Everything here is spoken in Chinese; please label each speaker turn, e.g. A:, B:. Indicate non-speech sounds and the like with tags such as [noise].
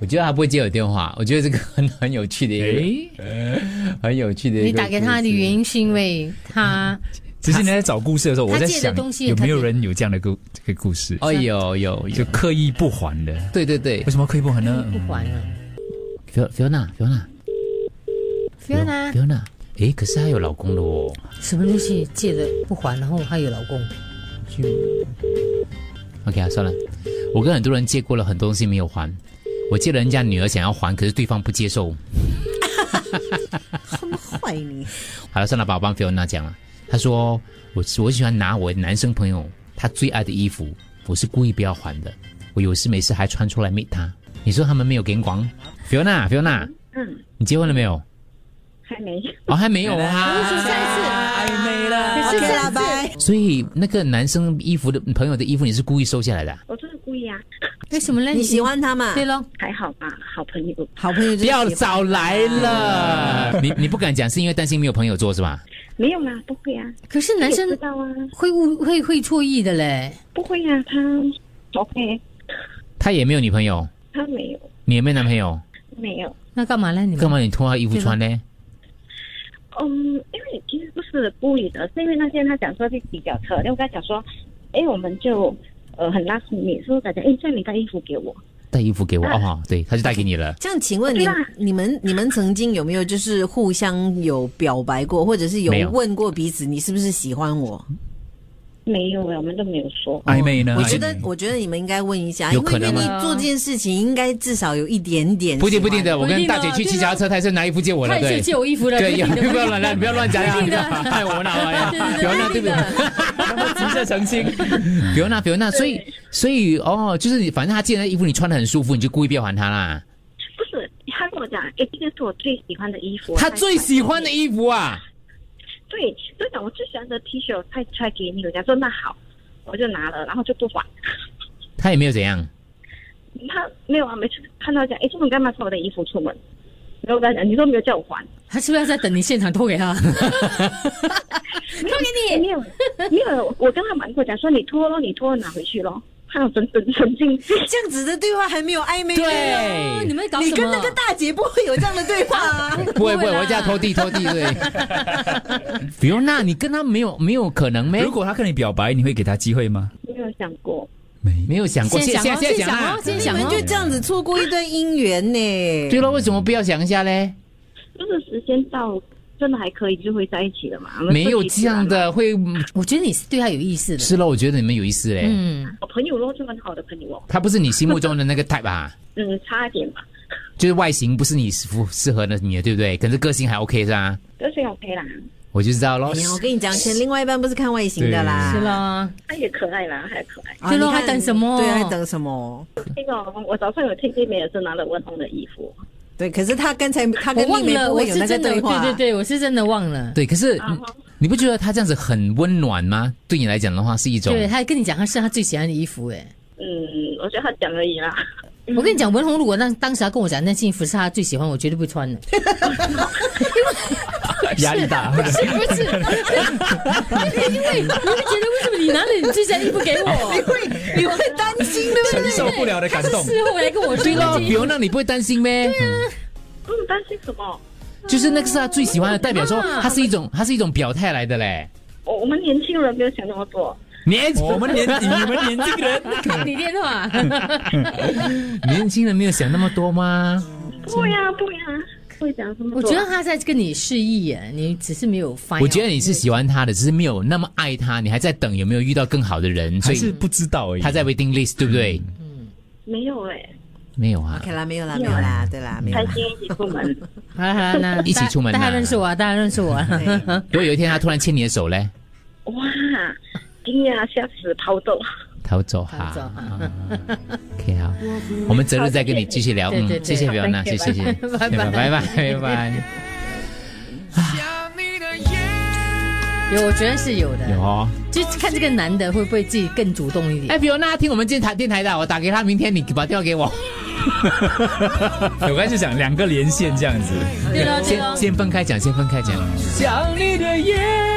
A: 我觉得他不会接我电话，我觉得这个很很有趣的一个，
B: 诶，
A: 哎 [laughs] 很有趣的一个。
C: 你打给他的原，因是因为他
B: 其实你在找故事的时候，我
C: 他
B: 在
C: 借的
B: 想
C: 东西
B: 有没有
C: 他借
B: 人有这样的故这个故事，
A: 哦，有有
B: 就
A: 有，
B: 刻意不还的。
A: 对对对
B: 为什么刻意不还呢？
C: 不还了。
A: ，Fiona Fiona Fiona
C: Fiona，
A: Fiona，诶，可是她有老公了哦。
C: 什么东西借了不还，然后还有老公？
A: OK 啊，算了，我跟很多人借过了很多东西没有还，我借了人家女儿想要还，可是对方不接
D: [laughs]
A: 受。
D: 这么坏你，
A: 好了，算了吧，我帮 Fiona 讲了。她说我我喜欢拿我男生朋友他最爱的衣服，我是故意不要还的，我有事没事还穿出来 meet 他。你说他们没有眼光？Fiona Fiona，
E: 嗯，
A: 你结婚了没有？
E: 还没。
A: 哦，还没有啊。
D: 嗯
C: 暧昧了
D: OK 啦，拜。
A: 所以那个男生衣服的朋友的衣服，你是故意收下来的啊、
E: 我真的故意啊，
C: 为什么呢？
D: 你喜？欢他嘛？
C: 对咯，
E: 还好吧，好朋友。
D: 好朋友
C: [laughs]
D: 就是
A: 不要
D: 喜欢
A: 早来了， [laughs] 你你不敢讲是因为担心没有朋友做是吧？
E: 没有啦，不会啊，
C: 可是男生
E: 我知道啊，
C: 会误会会错意的嘞。
E: 不会啊，他 OK，
A: 他也没有女朋友，
E: 他没有
A: 你也没有男朋
C: [laughs]
A: 友，
E: 没有，
C: 那干嘛呢？你们
A: 干嘛你脱他衣服穿
C: [laughs]
A: 呢？
E: 嗯，因为其实不是故意的，是因为那天他讲说去洗脚车，然后我跟他讲说，哎，我们就呃很拉空你，所以我感觉哎，这你带衣服给我，
A: 带衣服给我
C: [laughs]
A: 哦，对，他就带给你了。
D: 这样，请问你
E: 对啊
D: 你们你们曾经有没有就是互相有表白过，或者是
A: 没有
D: 有问过彼此你是不是喜欢我？
E: 没有啊，我们都没有说，
B: [laughs] 暧昧呢？
D: 我觉
B: 暧
D: 得
B: 昧
D: 我觉得你们应该问一下，
A: 有
D: 因
A: 可
D: 为因
A: 能
D: 为
A: 吗
D: 你做这件事情应该至少有一点点喜欢。
A: 不一定不一定的，我
C: 不
A: 跟
C: 一定哦
A: 大
C: 的
A: 姐去骑脚踏车，他也是拿衣服借我
C: 他
A: 的，
C: 也
A: 对
C: 是。借我衣服的，
A: 对，
C: 对
A: 不
C: 对
A: 要乱来，不要乱讲呀！
C: 不一定的
A: 害我哪来呀？
C: [laughs] 对
A: 不要那对
C: 对
A: 不
C: 对
A: 对？ [laughs]
B: 急着澄清，
A: 不要那不要那，所以所以哦，就是你反正他借的衣服你穿的很舒服，你就故意不要还他啦。
E: 不是，他跟我讲，哎，这个是我最喜欢的衣服，啊
A: 他最喜欢的
E: 衣
A: 衣服啊，
E: 对，就讲我最喜欢的 T 恤，快穿给你，我讲说那好，我就拿了，然后就不还。
A: 他也没有怎样。
E: 他没有啊，每次看到讲，哎，这种干嘛穿我的衣服出门？然后我跟他讲，你都没有叫我还，
C: 他是不是要在等你现场脱给他？
E: 没有给你，没有，没有，我跟他瞒过讲说你脱咯，你脱拿回去咯。他有整整神经病，
D: 这样子的对话还没有暧昧。
C: 啊
A: 对
C: 你，们搞
D: 你
C: 什
D: 跟
C: 么
D: 那？个大姐不会有这样的对
A: [laughs]
D: 话啊！
A: 不会不会，
C: 不会啦
A: 我叫他拖地拖地对。比如那，你跟他没有没有可能没
B: 嗯如果他跟你表白，你会给他机会吗？
E: 没有想过，
B: 没
A: 没有想过，
C: 先
A: 现
C: 想
A: 在现
C: 哦
A: 在讲
C: 先想
A: 啊
C: 哦，先
D: 你
C: 想
D: 们
C: 哦
D: 就这样子错过一段姻缘呢。
A: 对了，为什么不要想一下嘞？
E: 就是时间到，真的还可以就会在一起的嘛。我们
A: 没有啊这样
E: 顺其自然嘛，啊
A: 的会
C: 我觉得你是对他有意思的。
A: 是咯，我觉得你们有意思嘞。
C: 嗯，
E: 我朋友咯，就很好的朋友哦，
A: 他不是你心目中的那个 type 啊， [laughs]
E: 嗯，差一点吧，
A: 就是外形不是你符适合的你的，对不对？可是个性还 OK 是吧？
E: 个性 OK 啦，
A: 我就知道咯
D: 哎。呀，我跟你讲，前另外一半不是看外形的啦，
C: 是啦，
E: 他也可爱啦，还可爱。
D: 啊，
C: 对咯
D: 你看
C: 还等什么
D: 对，还等什么？
E: 那个哦我早上有听见没有？是拿了文红的衣服，
D: 对，可是他刚才他
C: 我
D: 跟丽
C: 忘
D: 梅
C: 了，
D: 不
C: 我
D: 会有
C: 是
D: 那个
C: 真的，
D: 对话，
C: 对对对，我是真的忘了。
A: 对，可是
E: 啊哈
A: 你你不觉得他这样子很温暖吗？对你来讲的话是一种
C: 对，他还跟你讲他是他最喜欢的衣服，哎，
E: 嗯，我觉得他讲而已啦。 [laughs]
C: 我跟你讲，文红如果那当时他跟我讲那件衣服是他最喜欢，我绝对不
A: [laughs]
C: 会穿的。
B: 压力
A: 啊
B: 大，
C: [laughs]
B: 或者
C: 是不是？因为你会觉得为什么你拿了你最喜欢的衣服给
A: [laughs]
C: 我？
D: 你会担心对不
B: 承
D: 对？
B: 受不了的感动。
C: 事后来跟我说
A: 对咯，比如那你不会担心咩？
E: 嗯，担心什么？
A: 就是那个是他最喜欢的，代表说
C: 啊
A: 他是一种他是一种表态来的嘞。
E: 我我们年轻人没有想那么多，
A: 年
B: 哦我们年你们年轻人，
C: 你电话，
A: [laughs] 年轻人没有想那么多吗？
E: 不会啊，不会啊，不会讲这么多。
C: 我觉得他在跟你示意耶，你只是没有发。
A: 我觉得你是喜欢他的，只是没有那么爱他，你还在等有没有遇到更好的人，所
B: 还是
A: 以
B: 不嗯知道而已。
A: 他在 waiting list，对不对？
E: 没有哎、
A: 没有啊
D: OK，啦，没有啦，没有啦，对啦，没有
E: 开
D: 啦。
E: 心一起出
C: [laughs]
E: 门。
C: 好了好了，那
A: 一起出门
C: 大
A: 啊
C: 大家认识我啊，大家认识我啊。
A: [laughs]
D: 对
A: 如果有一天他突然牵你的手嘞，
E: 哇，惊讶吓死跑走。
A: 逃走
C: 好走
A: 哈。
C: 啊
A: OK，好，我们择日再跟你继续聊。
C: 对对
A: 嗯，
C: 对
A: 谢谢
C: 好
A: Fiona，
E: 再
A: 谢谢
E: 见
A: 谢谢，
C: [laughs] 拜拜
A: 拜拜拜拜。
C: 有，我觉得是有
A: 有
C: 的，
A: 哦，
C: 就看这个男的会不会自己更主动一点。
A: 哎，Fiona 听我们电台电台的，我打给他，明天你把电话
B: [laughs]
A: 给我。
B: 我刚才就想两个连线这样子。
C: 对了对
A: 先
C: 了，
A: 先分开讲，先分开讲。想你的夜。